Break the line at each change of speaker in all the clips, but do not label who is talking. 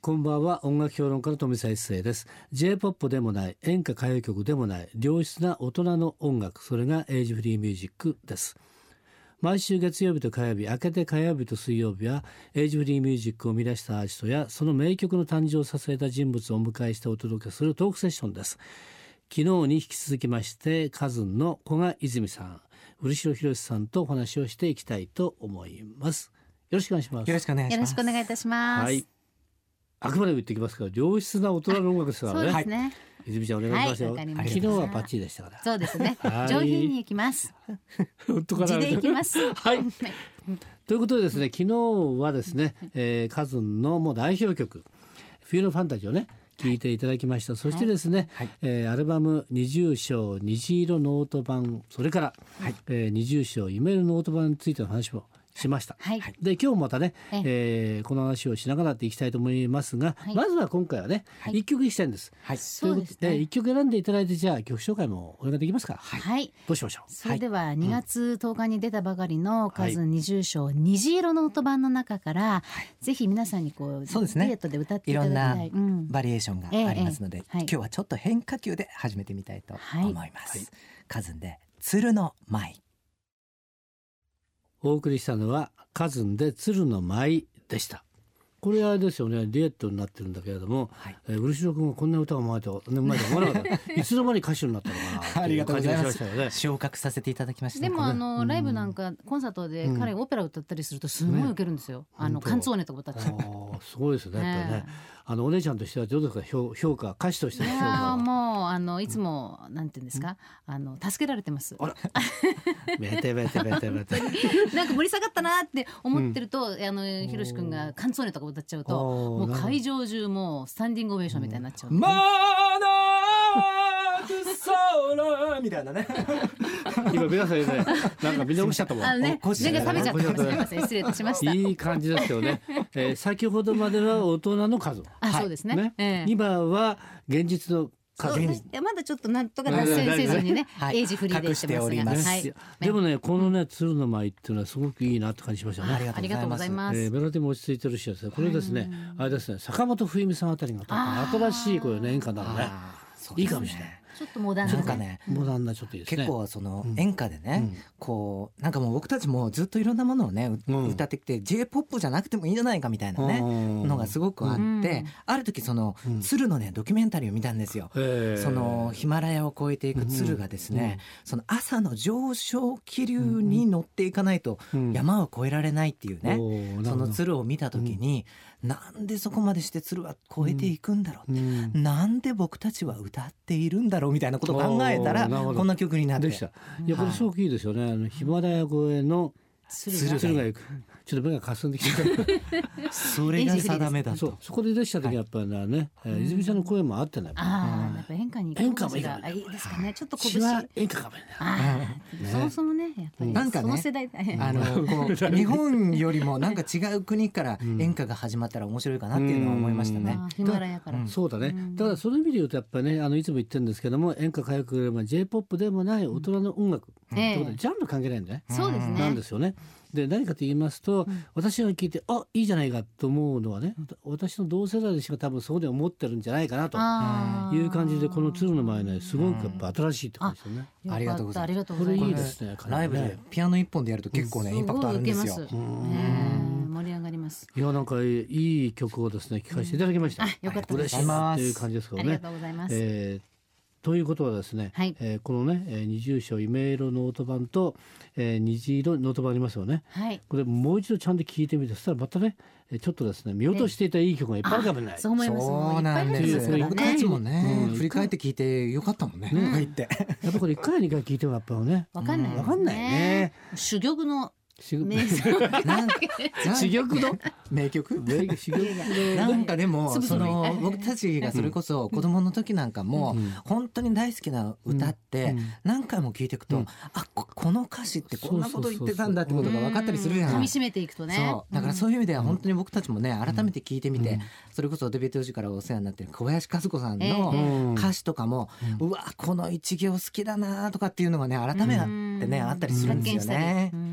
こんばんは音楽評論家の富澤一世です J-POP でもない演歌歌謡曲でもない良質な大人の音楽それがエイジフリーミュージックです毎週月曜日と火曜日明けて火曜日と水曜日はエイジフリーミュージックを生み出したアーティストやその名曲の誕生を支えた人物をお迎えしてお届けするトークセッションです昨日に引き続きましてカズンの古賀泉さん漆代博さんとお話をしていきたいと思いますよろしくお願いします
よろしくお願いし
よ
ま
ろ
す。
しくお願いいたします。
はい。あくまでも言ってきますから、良質な大人の音楽ですか
そ
ら
う
ね。
で
は
す
い
ね。
泉ちゃんお願いしますよ。
はいわかりま
昨
した
日はパッチリでしたから。
そうですね
はい。
上品に行きます。
本当か
地で行きます。
はい。ということでですね、昨日はですね、えー、カズンのもう代表曲、冬のファンタジーをね、聴いていただきました。そしてですね、
はい
えーアルバム二重章虹色ノート版、それから、
はい
えー二重章夢のノート版についての話もしました。
はい。
で今日もまたね、
え
えーこの話をしながらやっていきたいと思いますが、
はい
まずは今回はね、
はい
一曲いきたいんです。
はい。
そうです
ということで
ね
一。曲選んでいただいてじゃあ曲紹介もお願いできますか。
はい。
どうしましょ
それでは2月10日に出たばかりの「数二重章虹色の音版」の中から、ぜひ皆さんにこう
そうですね
デュエットで歌ってい
い
た
ろ
だ
ん
き
な
たい、うん
バリエーションが
ええ
ありますので、
ええはい
今日はちょっと変化球で始めてみたいと思います。
はい
カズンで鶴の舞。
う。お送りしたのはカズンで鶴の舞でした。これあれですよね、デュエットになってるんだけれども、
はい
えー漆代君がこんな歌がうまいと、ね、うまいと思わなかった。 いつの間に歌手になったのかなってい。
ありがとうございま
感じがし
す
ましたよね。
昇格させていただきました。
でもあの
うん
ライブなんかコンサートで彼
う
オペラ歌ったりするとすごいウケるんですよ、
ね
あの
本当
カンツォーネとか歌っ
あ
てた
ーすごいですね。やっぱりね、 あのお姉ちゃんとしてはどうですか評評価、歌手とし
い
ての評価
やー
は。
もうあのいつもなんて言うんですか、あの助けられてます
あら、 めてめてめてめて。
なんか盛り下がったなって思ってると、あのひろし君がカンツォーネとか歌っちゃうと
おー
もう
なるほど
会場中もうスタンディングオベーションみたいになっちゃう、
まなく空みたいなね。
今皆さんね、なんか見直しちゃったもん。
あのね
おこし
なんか食べちゃったかもしれません失礼いたしました
いい感じですよ ね。えー先ほどまでは大人の数。
あそうですね
ね、
ええ
今は現実の
そ
数。
う
現
私
実
まだちょっとなんとか脱線せずにね、
はい
エイジフリーで言ってます
隠しており
が
ます
はい、
でもね、このね、鶴の舞っていうのはすごくいいなって感じしました
あ
ね。
り
あり
が
が
とう
とう
ご
ご
ざ
ざ
い
い
ます。
ます、
えー、メロディも落ち着いてるしですね。これですね、あれですね、坂本冬美さんあたりが撮った新しいこれね演歌なのね。
あーそう
い
で
い
す
かもしれない。
ちょっとモダン
な
なん
かね。
モダンなちょっといいですね。
結構その演歌でね、こうなんかもう僕たちもずっといろんなものをね、う
うん
歌ってきて J−POP じゃなくてもいいんじゃないかみたいなね、
うん
のがすごくあって、
うん
ある時その、
うん
鶴のねドキュメンタリーを見たんですよ。
えー
そのヒマラヤを越えていく鶴がですね、その朝の上昇気流に乗っていかないと
うん
山を越えられないっていうね、
おーなる
そ
ほど
の鶴を見た時に、なんでそこまでして鶴は越えていくんだろう、
うん
なんで僕たちは歌っているんだろうみたいなことを考えた
お
ら
ーなるほど
こんな曲になって
できた。いやこれすごくいいですよね。あのヒマラヤ越えの
鶴
が
が
鶴が行く。ちょっと目が霞んできて。
それが定めだ
そう
と。
そこで出した時やっぱりね、えー泉ちゃんの声も合ってない。
ああやっぱ演歌に行く
演歌もいいかも
あいいですかねちょっと
私
拳
は演歌かもね。
あーそもそもねやっぱり、
なんかね
その世代 大変
あの こう日本よりもなんか違う国から演歌が始まったら面白いかなっていうのは思いましたね
まあ。ヒマラヤから、
そうだね。ただその意味で言うとやっぱりね、あのいつも言ってるんですけども、演歌歌謡曲 J-POP でもない大人の音楽。
ん
ってことでジャンル関係ないんだね。
そうですね
なんですよね。で何かと言いますと、私が聞いてあいいじゃないかと思うのはね、私の同世代でしか多分そうで思ってるんじゃないかなと。
あー
いう感じでこの鶴の前ねすごくやっぱ新しいって感じですよね。
よかった
ありがとうございます
ありがとう
こ
ござ
れ
い
いい
ま
ですすね。かな
ライ
り
ブ
ね
でピアノ一本でやると結構ねインパクトあるんですよ
ごい。受けますねえ盛り上がります。
いやなんかいい曲をですね聞かせていただきました。
あよかったで
嬉
す
しいなっていう感じですけ
あ
ど
りが
ね
と。うございます。
えーということはですね、
はい
えーこのね、えー、二重章夢色ノート版と、えー、虹色ノート版ありますよね。
はい。
これもう一度ちゃんと聞いてみてそしたらまたねえーちょっとですね見落としていたいい曲がいっぱいあるかもね。
そう思います。
そうなん
もいっぱいあり
で
ます
よ
すか
ね
ら
僕たちもね、
うん
振り返って聞いてよかったもんね。とか言って。
やっぱこれ一回や二回聞いてもやっぱね
わかんないですね。
わかんないね。
珠玉の
し
名
珠
作。
なんなん
玉の
名曲
珠玉の
なんかでも
つぶつぶ
その僕たちがそれこそ子供の時なんかも
うん
本当に大好きな歌って
うん
何回も聞いていく
う
と
ん
あここの歌詞ってこんなこと言ってたんだってことが分かったりするや
うん噛
ん
み。締めていくとね。
そうだからそういう意味では本当に僕たちもね改めて聞いてみ
う
て
ん
それこそデビュー当時からお世話になってる小林和子さん
え
の
え
歌詞とかもうわこの一行好きだなとかっていうのがね改めてね
うん
あったりするんですよね
う。
うん
ん
う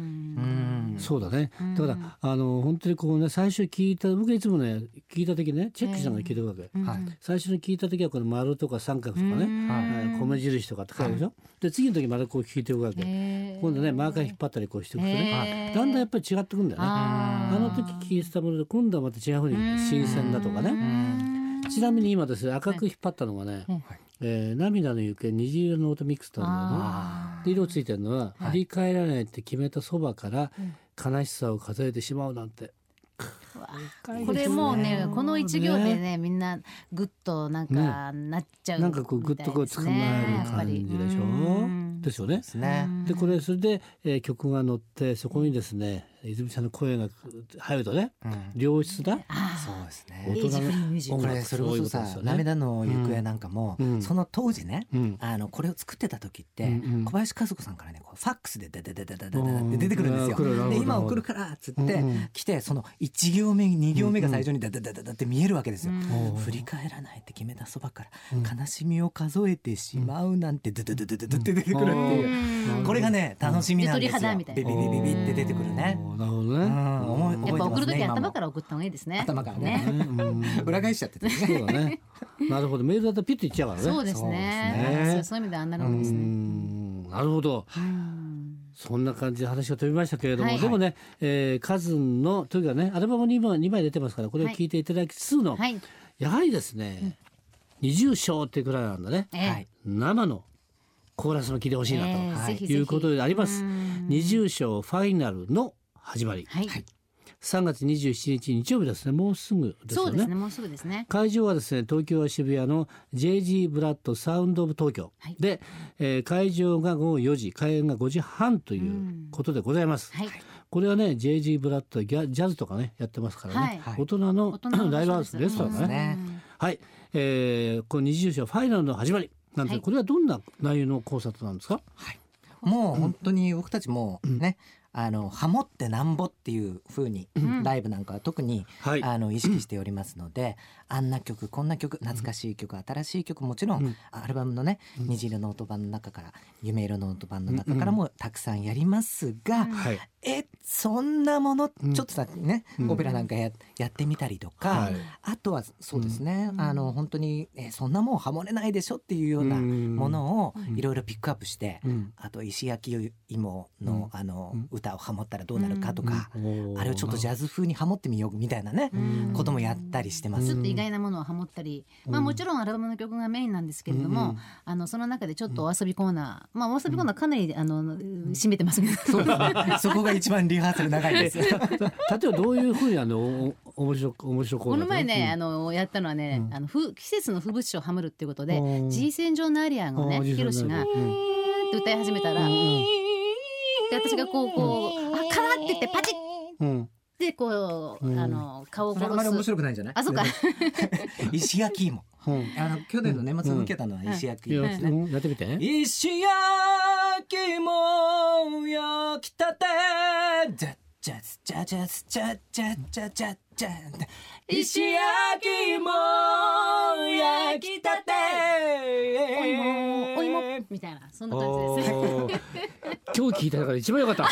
ん
そうだね
うん
だからあの本当にこうね最初聞いた僕いつもね聞いた時ねチェックしながら聞いてるわけ、
うん
はい
最初に聞いた時はこの丸とか三角とか
う
ね、
ん
はい、米印とかって書くでしょ、で次の時またこう聞いていくわけ、
へー
今度ねマーカー引っ張ったりこうしていくとね、
へー
だんだんやっぱり違ってくんだよね
あー
あの時聞いてたもので今度はまた違うふうに新鮮だとか
う
ね
ん
ちなみに今ですね赤く引っ張ったのがね
はい
「えー涙の行方虹色の音ミックス」ってあるんだよね
あー
で色ついてるのは、
はい
振り返らないって決めたそばから悲しさを数えてしまうなんて、
これもうねこの一行でねみんなグッとなんかなっちゃうみ
ない
たですね、
んかこうグッとこう捕まえる感じでしょ、ですすよね。
すね
でこれそれで、えー曲が乗ってそこにですね泉さんの声が入るとね
うん
良質な
そ
あ
うです
大
ー
人
ね
の
いい時間いい時間
音
こ
楽
れ
って
それ
そう
こ
いう
そ
こと
さ
ですよ
「
ね
涙の行方」なんかも、
うん
その当時ね
うん
あのこれを作ってた時って、
うんうん
小林和子さんからねこうファックスでダダダダダダ
う
ダっ
ん
て出てくるんです
あー来るなる
よ。
ほ
で
ど
今送るからっつって、
うんうん
来てその1行目2行目が最初にダダダダダって見えるわけですよ。
うん
振り返らないって決めたそばから
うん
悲しみを数えてしまうなんてダダダダダダって出てくるっていう、
うん
これがね楽しみなんです
ゆとり
よ
肌みた。い
ビ
な
ビビビビって出てくるね。
おーなるほどね。
うん思い
やっぱ送る
覚えてます
時
ね
は
今も
頭から送った方がいいですね
頭からね
ねうん
裏返しちゃっててね。
そうだね。なるほどメールだとピッといっちゃうからね。
そうです
そうですね
ねそうそういう意味ではアナログです
うー
ね
んなるほど。
うん
そんな感じで話が飛びましたけれども、
はい
でもね、えー、カズンのというかねアルバムに今2枚出てますからこれを
はい
聞いていただきつつの、
はい
やはりですね、二重唱っていうくらいなんだね
え
は
え
い
生のコーラスも聞いてほしいなと、
ええ
はい
ぜひぜひ
いうことであります
うん
二重唱ファイナルの始まり、
はい
はい
3月27日日曜日ですねもうすぐです
そ
よ
うです
ね
ねもうすぐですね
会場はですね東京は渋谷の JG ブラッドサウンド・オブ・東京、
はい
で、えー会場が午後4時開演が5時半ということでございます、
はい
これはね JG ブラッドギャジャズとかねやってますからね、
はい
大人の
大人の場所
ライブハウスレストラン
そ
だ
うで
ね、
すね。
はい、えー、この二重賞ファイナルの始まりなんて、
はい
これはどんな内容の考察なんですか、
もう本当に僕たちもね、あのハモってなんぼっていう風に
ん
ライブなんかは特に、
はい
あの意識しておりますので、あんな曲こんな曲懐かしい曲新しい曲もちろん、
うん
アルバムのね「虹色の音版」の中から「夢色の音版」の中からもたくさんやりますが、
うん
はい、
えそんなものち
うん
ょっとさね、
うん
オペラなんかややってみたりとか、
はい
あとはそうですね、
うん
あの本当に、えそんなもんハモれないでしょっていうようなものを
うん
いろいろピックアップして。
うん
あと石焼き芋の,、あの
うん
歌をハモったらどうなるかとか、
うん
あれをちょっとジャズ風にハモってみようみたいなね、
うん
こともやったりしてます。
ちょっと意外なものをハモったり、まあ、もちろんアルバムの曲がメインなんですけれども、
うん
あのその中でちょっとお遊びコーナー、まあ、お遊びコーナーかなりあの占めてますけ ど、
そこが一番リハーサル長い です。
例えばどういうふうにあのお面白く面白く
この前ね、あのやったのはね、あのふ季節の風物詩をハムるっていうことで
うん
G 線上のアリアのね
あー G
ヒ
線上のアリア
ロシが
うん
って歌い始めたら、
うん
で私がこうこう「あかな」って言ってパチ
う
ッ
ん
てこう、
うん
あの顔を殺す。
くないんじゃない
あそうか。
石焼き芋。
うん
あの去年の年末に受けたのは石焼き芋ですね。
うんやってみて。
石焼きも焼きたてじゃじゃじゃじゃじゃじゃじゃじゃじゃ石焼きも焼きたて
おいもおいもみたいなそんな感じです。
おー 今日聞いた中で一番良か った。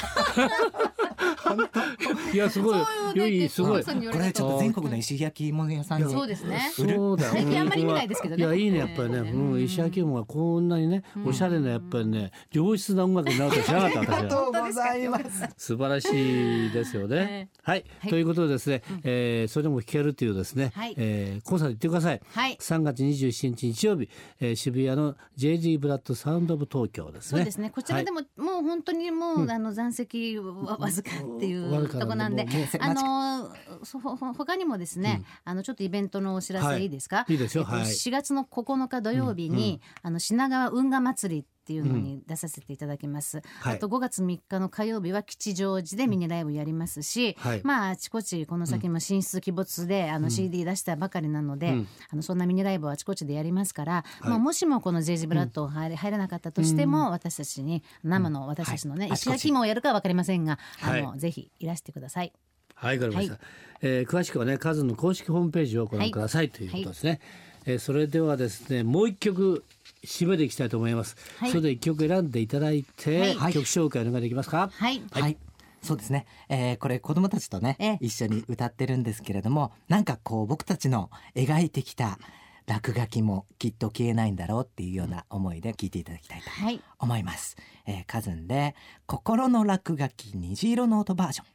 いやすごい
そう、
良
ね
いすごい
そう。いうの言わ
こ
れ
れ
る
ち
と
ょっと全国の石焼き芋屋さんに
そうですね。
そうだ。
最近あんまり見ないですけどね
いやいいねやっぱりね。うん石焼き芋がこんなにねおしゃれなやっぱりね良質な音楽になるとは知らなかった
あ
私
りが
は。
とうございます。
素晴らしいですよね。はい、
はい
ということでですね、えーそれでも聞けるというですね、
はい
えーコンサート行ってください。
はい
3月27日日曜日、えー渋谷の JG ブラッドサウンドオブ東京ですね。
そうですね。こちらで
も、
も、もう本当にもう、あの残席わわずかってい
わずかなんで
うとこなんで
もうもう、
あのそほほ他にもですね、あのちょっとイベントのお知ら
は
せ
い
いいですか？
いいですよ
えっと
はい
4月の9日土曜日に、あの品川運河祭りっていうのに出させていただきます。
はい
あと5月3日の火曜日は吉祥寺でミニライブやりますし、
はい
まああちこちこの先も進出鬼没で、あの CD 出したばかりなので、
うん
あのそんなミニライブをあちこちでやりますから、
はい
まあもしもこの JG ブラッドを入れ入れなかったとしても、私たちに生の私たちのね、
はい
石焼き芋をやるかは分かりませんが、
はい
あのぜひいらしてください。
はい、わかりました。えー詳しくはね、カズの公式ホームページをご覧ください、ということですね。えーそれではですね、もう一曲締めていきたいと思います。
はい
それで一曲選んでいただいて、
は
曲紹介お願いできますか。
はい、
はい、そうですね、えーこれ子供たちとね、
ええ
一緒に歌ってるんですけれどもなんかこう僕たちの描いてきた落書きもきっと消えないんだろうっていうような思いで聞いていただきたいと
はい
思います、えー、カズンで心の落書き虹色の音バージョン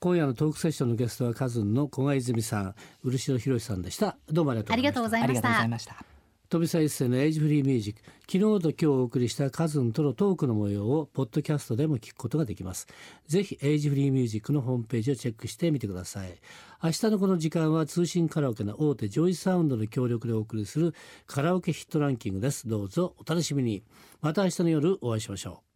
今夜のトークセッションのゲストはカズンの古賀泉さん漆野博さんでしたどうもありがとう
あ
ご
り
ざいまし
がとう
た
ござい
ありがとうござい
ました
ました
飛び一世のエイジフリーミュージック昨日と今日お送りしたカズンとのトークの模様をポッドキャストでも聞くことができますぜひエイジフリーミュージックのホームページをチェックしてみてください明日のこの時間は通信カラオケの大手ジョイサウンドの協力でお送りするカラオケヒットランキングですどうぞお楽しみにまた明日の夜お会いしましょう